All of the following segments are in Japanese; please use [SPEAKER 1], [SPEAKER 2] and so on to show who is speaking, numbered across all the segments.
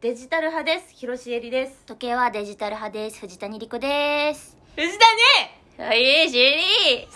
[SPEAKER 1] デジタル派です広重里です
[SPEAKER 2] 時計はデジタル派です藤谷莉子です
[SPEAKER 1] 藤谷
[SPEAKER 2] は
[SPEAKER 1] 久し
[SPEAKER 2] いシェリー
[SPEAKER 1] ぶりちょっ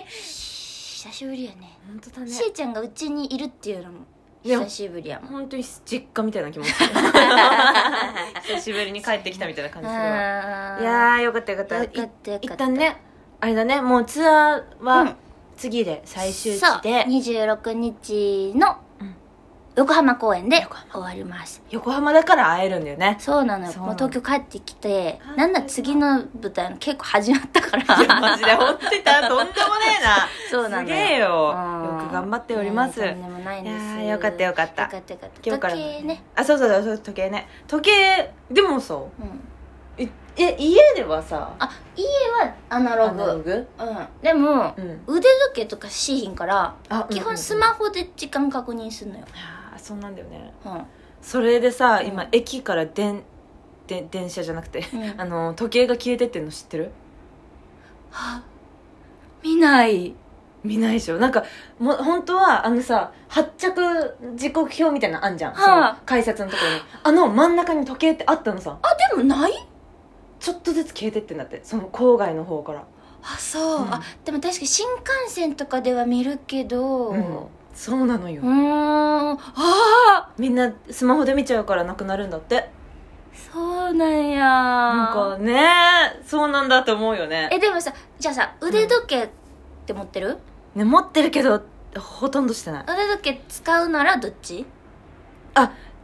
[SPEAKER 1] と嬉しい
[SPEAKER 2] 久しぶりやね
[SPEAKER 1] 本当だね
[SPEAKER 2] しーちゃんがうちにいるっていうのも
[SPEAKER 1] ね
[SPEAKER 2] 久しぶりやもん
[SPEAKER 1] 本当に実家みたいな気持ち久しぶりに帰ってきたみたいな感じするわ
[SPEAKER 2] あー
[SPEAKER 1] いやーよかったよかった
[SPEAKER 2] よかったよかった
[SPEAKER 1] 一旦ねあれだねもうツアーは、
[SPEAKER 2] うん
[SPEAKER 1] 次で最終地で
[SPEAKER 2] そう26日の
[SPEAKER 1] うん
[SPEAKER 2] 横浜公演で
[SPEAKER 1] 横浜
[SPEAKER 2] 終わります
[SPEAKER 1] 横浜だから会えるんだよね
[SPEAKER 2] そうなのよ
[SPEAKER 1] そうな
[SPEAKER 2] も
[SPEAKER 1] の
[SPEAKER 2] う東京帰ってきて
[SPEAKER 1] あー
[SPEAKER 2] なんだ次の舞台の結構始まったから
[SPEAKER 1] いやマジで追ってたとんでもねえな
[SPEAKER 2] そうなの
[SPEAKER 1] すげえよ
[SPEAKER 2] うん
[SPEAKER 1] よく頑張っております
[SPEAKER 2] いやいやとんでもないんです
[SPEAKER 1] いやーよかったよかった
[SPEAKER 2] よかったよかった
[SPEAKER 1] 今日から
[SPEAKER 2] 時計ね
[SPEAKER 1] あそうそうそうそう時計ね時計でもさ
[SPEAKER 2] うん
[SPEAKER 1] ええ家ではさ
[SPEAKER 2] あ家はアナロ
[SPEAKER 1] ア
[SPEAKER 2] グ
[SPEAKER 1] ナログ
[SPEAKER 2] うんでも
[SPEAKER 1] う、ん
[SPEAKER 2] 腕時計とかしひんから
[SPEAKER 1] あ
[SPEAKER 2] 基本スマホで時間確認すんのよ、
[SPEAKER 1] あーそうなんだよね
[SPEAKER 2] うん
[SPEAKER 1] それでさ
[SPEAKER 2] うん
[SPEAKER 1] 今駅からでんで電車じゃなくて
[SPEAKER 2] うん
[SPEAKER 1] あの時計が消えてってんの知ってる
[SPEAKER 2] は見ない
[SPEAKER 1] 見ないでしょなんかもう本当はあのさ発着時刻表みたいなのあんじゃん、
[SPEAKER 2] はあ
[SPEAKER 1] その改札のところにあの真ん中に時計ってあったのさ
[SPEAKER 2] あでもない
[SPEAKER 1] ちょっとずつ消えてってんだってその郊外の方から
[SPEAKER 2] あそう、
[SPEAKER 1] うん
[SPEAKER 2] あでも確かに新幹線とかでは見るけどう
[SPEAKER 1] うんそうなのよ、
[SPEAKER 2] ーんああ
[SPEAKER 1] みんなスマホで見ちゃうからなくなるんだって
[SPEAKER 2] そうなんや
[SPEAKER 1] なんかねそうなんだと思うよね
[SPEAKER 2] えでもさじゃあさ腕時計って持ってる、
[SPEAKER 1] ね持ってるけどほとんどしてない
[SPEAKER 2] 腕時計使うならどっち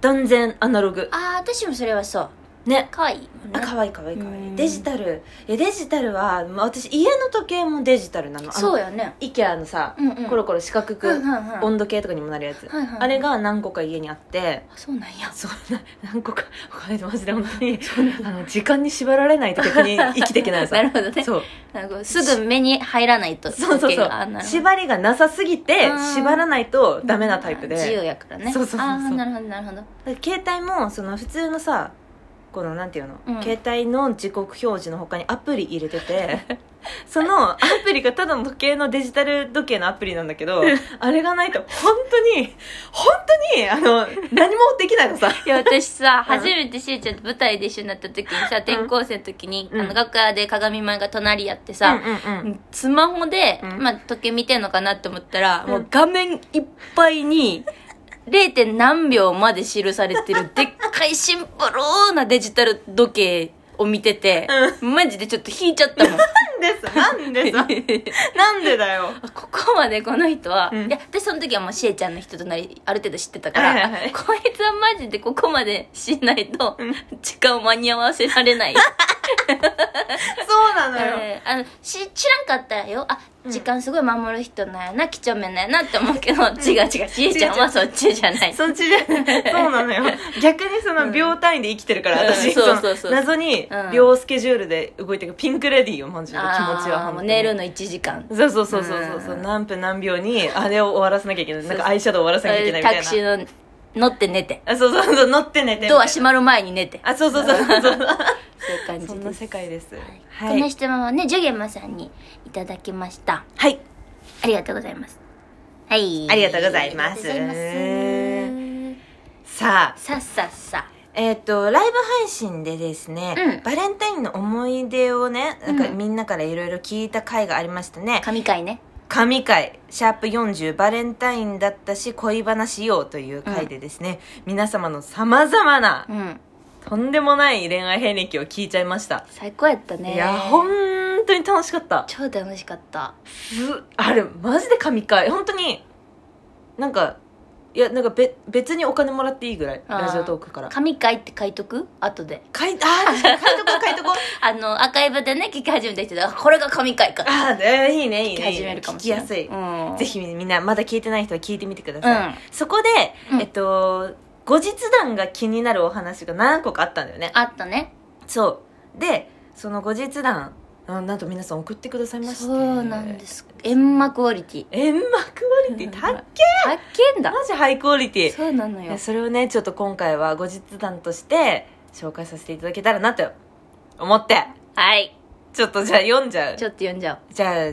[SPEAKER 1] 断然アナログ
[SPEAKER 2] ああ私もそれはそう
[SPEAKER 1] ね
[SPEAKER 2] 可愛いもん
[SPEAKER 1] あ
[SPEAKER 2] ね
[SPEAKER 1] 可愛い可愛い可愛
[SPEAKER 2] う
[SPEAKER 1] い
[SPEAKER 2] ん
[SPEAKER 1] デジタルいやデジタルはまあ私家の時計もデジタルなの
[SPEAKER 2] そう
[SPEAKER 1] う
[SPEAKER 2] やね
[SPEAKER 1] IKEA のさ、
[SPEAKER 2] うんうん
[SPEAKER 1] コロコロ四角く、
[SPEAKER 2] うんうんうん
[SPEAKER 1] 温度計とかにもなるやつ、
[SPEAKER 2] はいはいはい
[SPEAKER 1] あれが何個か家にあって
[SPEAKER 2] あそうなんや
[SPEAKER 1] そんな何個かお金マジで本当にあの時間に縛られないと逆 に生きていけない
[SPEAKER 2] な
[SPEAKER 1] さ
[SPEAKER 2] るほどね
[SPEAKER 1] そう
[SPEAKER 2] なんかすぐ目に入らないと
[SPEAKER 1] そうそう
[SPEAKER 2] 時計
[SPEAKER 1] そ
[SPEAKER 2] があ
[SPEAKER 1] う
[SPEAKER 2] なるほど
[SPEAKER 1] 縛りがなさすぎて
[SPEAKER 2] うん
[SPEAKER 1] 縛らないとダメなタイプで
[SPEAKER 2] 自由やからね
[SPEAKER 1] そうそうそうそう
[SPEAKER 2] ああなるほどなるほど
[SPEAKER 1] 携帯もその普通のさこのなんていうの、
[SPEAKER 2] うん
[SPEAKER 1] 携帯の時刻表示の他にアプリ入れて てそのアプリがただの時計のデジタル時計のアプリなんだけ どあれがないと本当に本当にあの何もできないのさ
[SPEAKER 2] いや私さ、
[SPEAKER 1] うん
[SPEAKER 2] 初めてしーちゃんと舞台で一緒になった時にさ転校生の時に、
[SPEAKER 1] うん
[SPEAKER 2] あの楽屋で鏡前が隣やってさ、
[SPEAKER 1] うんうんうん
[SPEAKER 2] スマホで、
[SPEAKER 1] うん
[SPEAKER 2] まあ、時計見てんのかなって思ったら、
[SPEAKER 1] うん
[SPEAKER 2] もう画面いっぱいに 0. 点何秒まで記されてるでっかいシンプルなデジタル時計を見てて、マジでちょっと引いちゃった もん
[SPEAKER 1] なんですなんですなんでだよ
[SPEAKER 2] あここまでこの人は、
[SPEAKER 1] うん
[SPEAKER 2] いや私その時はもうしえちゃんの人となりある程度知ってたから、
[SPEAKER 1] はいはいはい
[SPEAKER 2] こいつはマジでここまでしないと時間を間に合わせられ ない、
[SPEAKER 1] そうなのよ、
[SPEAKER 2] えーあのし知らんかったらよあ
[SPEAKER 1] うん
[SPEAKER 2] 時間すごい守る人なんやな几帳面なんやなって思うけど、違う違うしえちゃんはそっちじゃない
[SPEAKER 1] そっ ちでそうなのよ逆にその秒単位で生きてるから、
[SPEAKER 2] うん
[SPEAKER 1] 私、
[SPEAKER 2] うんそう
[SPEAKER 1] の
[SPEAKER 2] そうそう
[SPEAKER 1] 謎に
[SPEAKER 2] うん
[SPEAKER 1] 秒スケジュールで動いてるピンクレディーよマジで気持
[SPEAKER 2] あー
[SPEAKER 1] ちは本
[SPEAKER 2] も
[SPEAKER 1] 当
[SPEAKER 2] う
[SPEAKER 1] に
[SPEAKER 2] 寝るの1時間
[SPEAKER 1] そうそうそうそうそう
[SPEAKER 2] うん
[SPEAKER 1] 何分何秒にあれを終わらせなきゃいけないなんかアイシャドウ終わらせなきゃいけないみたい
[SPEAKER 2] タ
[SPEAKER 1] な
[SPEAKER 2] クシーの乗って寝て
[SPEAKER 1] あそうそうそう乗って寝て
[SPEAKER 2] ドア閉まる前に寝て
[SPEAKER 1] あそうそうそうそうそう
[SPEAKER 2] そういう感じ
[SPEAKER 1] そんな
[SPEAKER 2] です
[SPEAKER 1] 世界です
[SPEAKER 2] はいこの質問はねジュゲマさんにいただきました
[SPEAKER 1] はい
[SPEAKER 2] ありがとうございますはい
[SPEAKER 1] ありがとうございます
[SPEAKER 2] ありがとうございま
[SPEAKER 1] さあ
[SPEAKER 2] すさっさっさ
[SPEAKER 1] えっ、と、ライブ配信でですね、
[SPEAKER 2] うん
[SPEAKER 1] バレンタインの思い出をね、なんか
[SPEAKER 2] うん
[SPEAKER 1] みんなからいろいろ聞いた回がありましたね。
[SPEAKER 2] 神回ね
[SPEAKER 1] 神回、シャープ40、バレンタインだったし、恋話ようという回でですね、皆様の様々な
[SPEAKER 2] う、ん
[SPEAKER 1] とんでもない恋愛遍歴を聞いちゃいました。
[SPEAKER 2] 最高やったね
[SPEAKER 1] いや、本当に楽しかった。
[SPEAKER 2] 超楽しかった
[SPEAKER 1] ずあれ、マジで神回。本当に、なんか、いや、なんかべ別にお金もらっていいぐらい、
[SPEAKER 2] あー
[SPEAKER 1] ラジオトークから。
[SPEAKER 2] 神回って書いとく後で
[SPEAKER 1] かい、あー、書いとこう書いとこう。
[SPEAKER 2] あのアーカイブでね聞き始めた人であこれが神回か
[SPEAKER 1] ああ、えーいいね、いい
[SPEAKER 2] 聞き
[SPEAKER 1] ね。
[SPEAKER 2] 始めるかも
[SPEAKER 1] 聞
[SPEAKER 2] し
[SPEAKER 1] き
[SPEAKER 2] れな
[SPEAKER 1] や
[SPEAKER 2] い
[SPEAKER 1] すい。
[SPEAKER 2] うん
[SPEAKER 1] ぜひみんな、まだ聞いてない人は聞いてみてください。
[SPEAKER 2] うん
[SPEAKER 1] そこで、
[SPEAKER 2] うん
[SPEAKER 1] えっと、後日談が気になるお話が何個かあったんだよね。
[SPEAKER 2] あったね
[SPEAKER 1] そう。で、その後日談、あなんと皆さん送ってくださいまして。
[SPEAKER 2] そうなんで。す円幕クオリティ
[SPEAKER 1] 円幕クオリティ、たっけ
[SPEAKER 2] 発見だ
[SPEAKER 1] マジハイクオリティ。
[SPEAKER 2] そうなのよ
[SPEAKER 1] でそれをね、ちょっと今回は後日談として紹介させていただけたらなと思って、
[SPEAKER 2] はい
[SPEAKER 1] ちょっとじゃあ読んじゃう。
[SPEAKER 2] ちょっと読んじゃおう
[SPEAKER 1] じゃあ、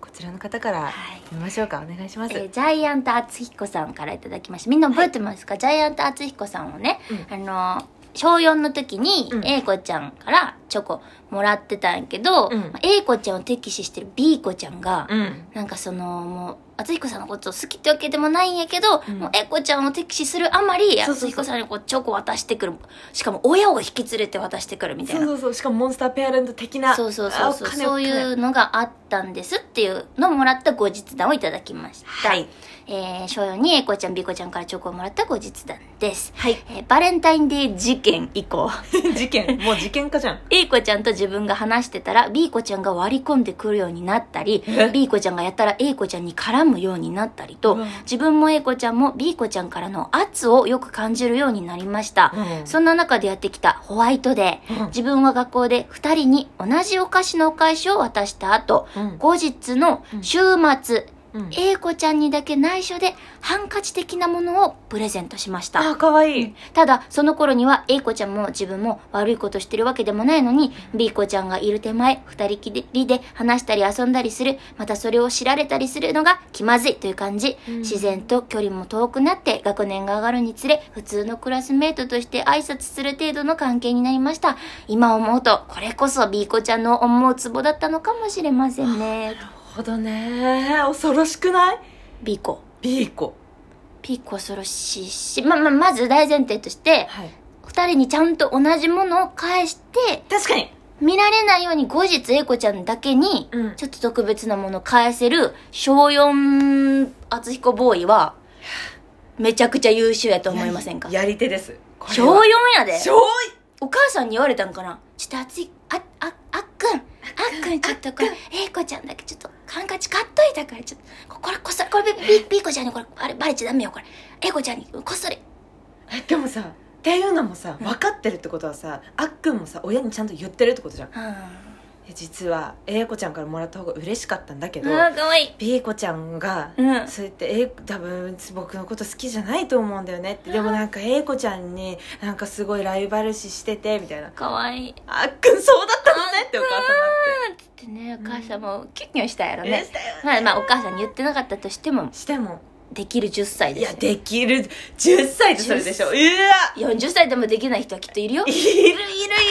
[SPEAKER 1] こちらの方から
[SPEAKER 2] はい
[SPEAKER 1] 見ましょうかお願いします、
[SPEAKER 2] えージャイアント厚彦さんからいただきましたみんな覚えてますか、ジャイアント厚彦さんをね、あのー小4の時に
[SPEAKER 1] うん
[SPEAKER 2] A 子ちゃんからチョコもらってたんやけど、
[SPEAKER 1] うん
[SPEAKER 2] まあ A 子ちゃんを敵視してる B 子ちゃんが、
[SPEAKER 1] うん
[SPEAKER 2] なんかそのもう厚彦さんのことを好きってわけでもないんやけど、
[SPEAKER 1] うん
[SPEAKER 2] もう A 子ちゃんを敵視するあま
[SPEAKER 1] そう
[SPEAKER 2] り
[SPEAKER 1] そうそう
[SPEAKER 2] 厚彦さんにこうチョコ渡してくるしかも親を引き連れて渡してくるみたい
[SPEAKER 1] そう
[SPEAKER 2] な
[SPEAKER 1] そうそうしかもモンスターペアレント的な
[SPEAKER 2] そうそうそうそ
[SPEAKER 1] あ
[SPEAKER 2] う
[SPEAKER 1] お金
[SPEAKER 2] そういうのがあったんですっていうのをもらった後日談をいただきました、
[SPEAKER 1] はい
[SPEAKER 2] えー、小4に A 子ちゃん B 子ちゃんからチョコをもらった後日談です、
[SPEAKER 1] はい
[SPEAKER 2] えーバレンタインデー事件以降
[SPEAKER 1] 事件もう事件かじゃん
[SPEAKER 2] A 子ちゃんと自分が話してたら B 子ちゃんが割り込んでくるようになったり
[SPEAKER 1] え
[SPEAKER 2] B 子ちゃんがやったら A 子ちゃんに絡むようになったりと
[SPEAKER 1] うわ
[SPEAKER 2] 自分も A 子ちゃんも B 子ちゃんからの圧をよく感じるようになりました、
[SPEAKER 1] うん
[SPEAKER 2] そんな中でやってきたホワイトデー、
[SPEAKER 1] うん
[SPEAKER 2] 自分は学校で2人に同じお菓子のお返しを渡した後、
[SPEAKER 1] うん
[SPEAKER 2] 後日の週末、
[SPEAKER 1] うん、
[SPEAKER 2] A 子ちゃんにだけ内緒でハンカチ的なものをプレゼントしました
[SPEAKER 1] あかわいい、
[SPEAKER 2] ただその頃には A 子ちゃんも自分も悪いことしてるわけでもないのに B 子ちゃんがいる手前二人きりで話したり遊んだりするまたそれを知られたりするのが気まずいという感じ、
[SPEAKER 1] うん
[SPEAKER 2] 自然と距離も遠くなって学年が上がるにつれ普通のクラスメートとして挨拶する程度の関係になりました今思うとこれこそ B 子ちゃんの思うツボだったのかもしれませんね
[SPEAKER 1] なるほどね恐ろしくない
[SPEAKER 2] B 子
[SPEAKER 1] B 子
[SPEAKER 2] B 子恐ろしいし、まあ、まあまず大前提として
[SPEAKER 1] はい
[SPEAKER 2] 二人にちゃんと同じものを返して
[SPEAKER 1] 確かに
[SPEAKER 2] 見られないように後日英子ちゃんだけに
[SPEAKER 1] うん
[SPEAKER 2] ちょっと特別なものを返せる小4厚彦ボーイはめちゃくちゃ優秀やと思いませんか
[SPEAKER 1] やり手ですこれ
[SPEAKER 2] 小
[SPEAKER 1] は
[SPEAKER 2] 4やで
[SPEAKER 1] 小
[SPEAKER 2] お母さんに言われたんかなちょっと厚いあああっくんあっくんちょっとこれ英子ちゃんだけちょっとハンカチ買っといたからちょっとこれこっそりこれビビビーコちゃんにこれあれバレちゃダメよこれ英子ちゃんにこっそり
[SPEAKER 1] えでもさっていうのもさ分かってるってことはさあっくんもさ親にちゃんと言ってるってことじゃん
[SPEAKER 2] うん
[SPEAKER 1] え実は A 子ちゃんからもらった方が嬉しかったんだけど
[SPEAKER 2] あーかわいい
[SPEAKER 1] B 子ちゃんが
[SPEAKER 2] うん
[SPEAKER 1] そうやって、え多分僕のこと好きじゃないと思うんだよねってでもなんか英子ちゃんになんかすごいライバル視しててみたいな
[SPEAKER 2] かわいい
[SPEAKER 1] あっくんそうだったのねってお母さん
[SPEAKER 2] だってねお母さんもキュンキュンしたやろ
[SPEAKER 1] なって、ね
[SPEAKER 2] ね、まあまあお母さんに言ってなかったとしても
[SPEAKER 1] しても
[SPEAKER 2] できる10歳
[SPEAKER 1] い
[SPEAKER 2] です
[SPEAKER 1] や
[SPEAKER 2] よ
[SPEAKER 1] できる10歳でそれでしょうわ
[SPEAKER 2] 40歳でもできない人はきっといるよ
[SPEAKER 1] いるいるいるいる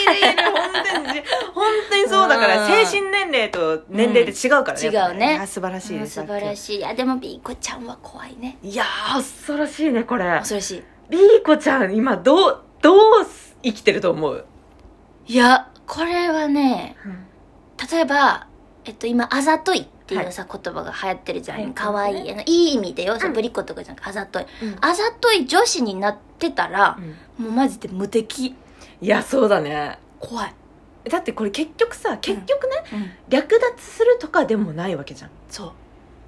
[SPEAKER 1] 本当に本当にそうだか
[SPEAKER 2] う
[SPEAKER 1] ら
[SPEAKER 2] ん
[SPEAKER 1] 精神年齢と年齢で違うからね、
[SPEAKER 2] うん
[SPEAKER 1] やっぱ
[SPEAKER 2] 違うね
[SPEAKER 1] いや素晴らしい
[SPEAKER 2] うん
[SPEAKER 1] です
[SPEAKER 2] 素晴ら
[SPEAKER 1] い
[SPEAKER 2] しいいやでもビーコちゃんは怖いね
[SPEAKER 1] いやー恐ろしいねこれ
[SPEAKER 2] 恐ろし
[SPEAKER 1] B 子ちゃん今どうどう生きてると思う、
[SPEAKER 2] いいやこれはね例えばえっと今「あざとい」っていうさ、言葉が流行ってるじゃ
[SPEAKER 1] は
[SPEAKER 2] ん
[SPEAKER 1] い
[SPEAKER 2] かわいいあのいい意味でよ、そ
[SPEAKER 1] う
[SPEAKER 2] う
[SPEAKER 1] ん
[SPEAKER 2] ぶりっ子とかじゃなくてあざとい
[SPEAKER 1] うん
[SPEAKER 2] あざとい女子になってたら、もうマジで無敵
[SPEAKER 1] いやそうだね
[SPEAKER 2] 怖い、
[SPEAKER 1] だってこれ結局さ結局ね、
[SPEAKER 2] うん、
[SPEAKER 1] 略奪するとかでもないわけじゃん
[SPEAKER 2] そう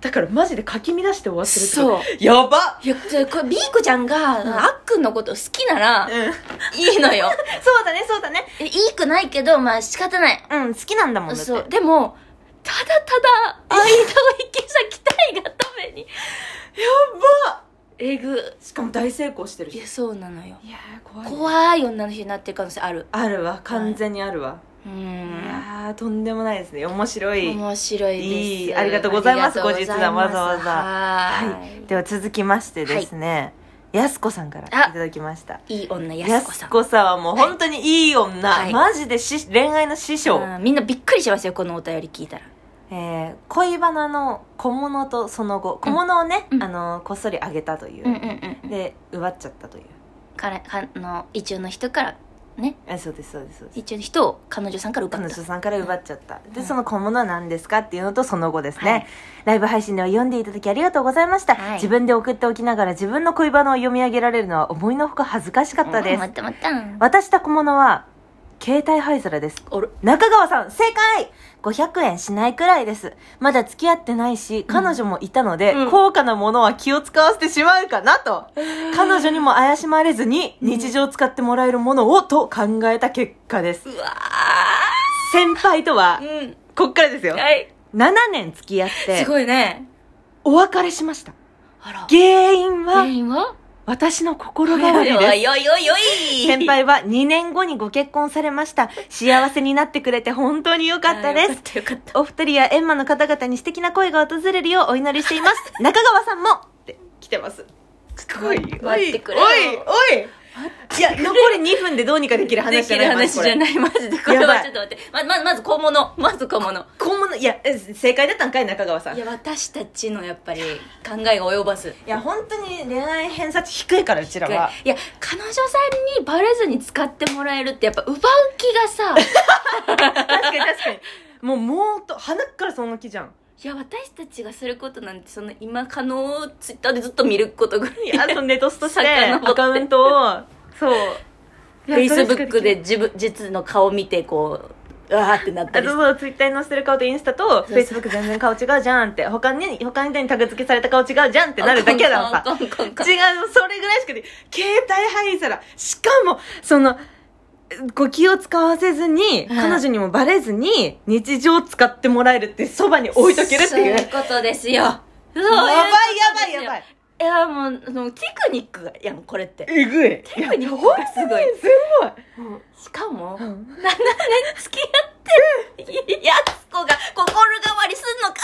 [SPEAKER 1] だからマジでかき乱して終わってるってこと
[SPEAKER 2] そう
[SPEAKER 1] やば
[SPEAKER 2] いやじゃあこれビーコちゃんが、
[SPEAKER 1] うん
[SPEAKER 2] あっくんのこと好きな
[SPEAKER 1] う
[SPEAKER 2] ら
[SPEAKER 1] ん、
[SPEAKER 2] いいのよ
[SPEAKER 1] そうだねそうだね
[SPEAKER 2] いいくないけどまあ仕方ない
[SPEAKER 1] うん好きなんだもんだって
[SPEAKER 2] そうでもただただ間を引き裂きたいがためにやばえぐ
[SPEAKER 1] しかも大成功してる
[SPEAKER 2] い
[SPEAKER 1] し
[SPEAKER 2] やそうなのよ
[SPEAKER 1] いやー怖い
[SPEAKER 2] 怖い女の人になってる可能性ある
[SPEAKER 1] あるわ完全にあるわ、
[SPEAKER 2] う
[SPEAKER 1] い、
[SPEAKER 2] ん
[SPEAKER 1] やーとんでもないですね面白い
[SPEAKER 2] 面白いです
[SPEAKER 1] いいありがとうございます
[SPEAKER 2] ありがとうござい
[SPEAKER 1] 後日談わざわざ
[SPEAKER 2] は
[SPEAKER 1] はでは続きましてですね、やすこさんからいただきました
[SPEAKER 2] いいい女や
[SPEAKER 1] や
[SPEAKER 2] すこさ
[SPEAKER 1] す
[SPEAKER 2] ん
[SPEAKER 1] こさんはもう本当にいい女、
[SPEAKER 2] はい
[SPEAKER 1] マジでし恋愛の師匠、
[SPEAKER 2] うんみんなびっくりしますよこのお便り聞いたら
[SPEAKER 1] えー恋バナの小物とその後小物をね、
[SPEAKER 2] うん
[SPEAKER 1] あのーこっそりあげたという、
[SPEAKER 2] うんうんうんうん
[SPEAKER 1] で奪っちゃったという
[SPEAKER 2] からかあの一応の人からね
[SPEAKER 1] えそうですそうですそうです
[SPEAKER 2] 一応の人を彼女さんから奪
[SPEAKER 1] 彼
[SPEAKER 2] っ
[SPEAKER 1] 女
[SPEAKER 2] た
[SPEAKER 1] さんから奪っちゃった、
[SPEAKER 2] う
[SPEAKER 1] で
[SPEAKER 2] ん
[SPEAKER 1] その小物は何ですかっていうのとその後ですね、
[SPEAKER 2] はい
[SPEAKER 1] ライブ配信では読んでいただきありがとうございました、
[SPEAKER 2] はい
[SPEAKER 1] 自分で送っておきながら自分の恋バナを読み上げられるのは思いのほか恥ずかしかったです、
[SPEAKER 2] またまた
[SPEAKER 1] 渡した小物は携帯灰皿です
[SPEAKER 2] おる
[SPEAKER 1] 中川さん正解500円しないくらいですまだ付き合ってないし彼女もいたので、
[SPEAKER 2] うん
[SPEAKER 1] 高価なものは気を使わせてしまうかなと彼女にも怪しまれずに
[SPEAKER 2] うん
[SPEAKER 1] 日常使ってもらえるものをと考えた結果です
[SPEAKER 2] うわ
[SPEAKER 1] 先輩とは
[SPEAKER 2] ー
[SPEAKER 1] こっからです
[SPEAKER 2] う
[SPEAKER 1] よ
[SPEAKER 2] んはい
[SPEAKER 1] 7年付き合って
[SPEAKER 2] すごいね
[SPEAKER 1] お別れしました
[SPEAKER 2] あら
[SPEAKER 1] 原因は
[SPEAKER 2] 原因は
[SPEAKER 1] 私の心変わ
[SPEAKER 2] おい
[SPEAKER 1] り
[SPEAKER 2] お
[SPEAKER 1] です
[SPEAKER 2] いおいおい
[SPEAKER 1] 先輩は2年後にご結婚されました幸せになってくれて本当に良かったです
[SPEAKER 2] すよかったよかっ
[SPEAKER 1] お二人やエンマの方々に素敵な恋が訪れるようお祈りしています 中川さんもって来てます
[SPEAKER 2] た
[SPEAKER 1] おいお
[SPEAKER 2] 待っ
[SPEAKER 1] い
[SPEAKER 2] てくれよ
[SPEAKER 1] おいおいいや残り2分でどう にかできる
[SPEAKER 2] で
[SPEAKER 1] 話じ
[SPEAKER 2] き
[SPEAKER 1] ゃ
[SPEAKER 2] る
[SPEAKER 1] ない
[SPEAKER 2] 話じゃ
[SPEAKER 1] い
[SPEAKER 2] ないマジでこれ
[SPEAKER 1] やば
[SPEAKER 2] はいちょっと待ってまままず小物まず小物
[SPEAKER 1] 本物いやえ正解だったんかい中川さん
[SPEAKER 2] いや私たちのやっぱり考えが及ばず
[SPEAKER 1] いや本当に恋愛偏差値低いからうちらはい
[SPEAKER 2] や彼女さんにバレずに使ってもらえるってやっぱ奪う気がさ
[SPEAKER 1] 確かに確かにもうもうと鼻からその気じゃん
[SPEAKER 2] いや私たちがすることなんてその今可能をツイッターでずっと見ることぐらい
[SPEAKER 1] いやあのネトスとして
[SPEAKER 2] 遡って
[SPEAKER 1] アカウントをそう
[SPEAKER 2] フェイスブックで
[SPEAKER 1] いや
[SPEAKER 2] 自分実の顔見てこううわーってなった
[SPEAKER 1] あ
[SPEAKER 2] り
[SPEAKER 1] と
[SPEAKER 2] して
[SPEAKER 1] そうツイッターに載せてる顔とインスタとフ
[SPEAKER 2] そう
[SPEAKER 1] ェイスブック全然顔違うじゃんって他に他にタグ付けされた顔違うじゃんってなるだけだのさ
[SPEAKER 2] コンコンコンコン
[SPEAKER 1] 違うそれぐらいしかで携帯灰皿しかもそのご気を使わせずに、
[SPEAKER 2] うん
[SPEAKER 1] 彼女にもバレずに日常使ってもらえるってそばに置いとけるっていう
[SPEAKER 2] そういうことですよや
[SPEAKER 1] やばいやばいやばい
[SPEAKER 2] いやもうあのテクニックがやんこれって
[SPEAKER 1] えぐい
[SPEAKER 2] テクニックがすごい
[SPEAKER 1] すごい
[SPEAKER 2] しかも
[SPEAKER 1] うん
[SPEAKER 2] 7年付き合ってるやす子が心変わりすんのか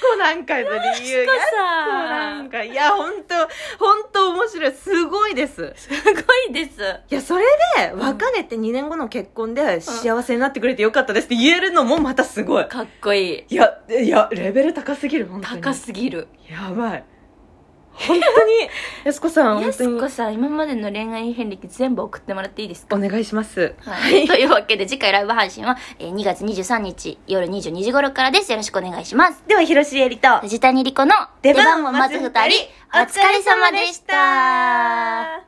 [SPEAKER 1] 子なんかの理由やっ
[SPEAKER 2] い
[SPEAKER 1] こなんかいや本当本当面白いすごいです
[SPEAKER 2] すごいです
[SPEAKER 1] いやそれで別れて2年後の結婚で幸せになってくれてよかったですって言えるのもまたすごい
[SPEAKER 2] かっこい
[SPEAKER 1] い
[SPEAKER 2] い
[SPEAKER 1] やいやレベル高すぎる本当に
[SPEAKER 2] 高すぎる
[SPEAKER 1] やばい本当に 安子さん
[SPEAKER 2] や
[SPEAKER 1] 本当
[SPEAKER 2] す
[SPEAKER 1] に
[SPEAKER 2] 子さん今までの恋愛遍歴全部送ってもらっていいですか
[SPEAKER 1] お願いします
[SPEAKER 2] はい、というわけで次回ライブ配信は、えー2月23日夜22時頃からですよろしくお願いします
[SPEAKER 1] では広重理と
[SPEAKER 2] 藤谷莉子の出番を待つ二人お疲れ様でした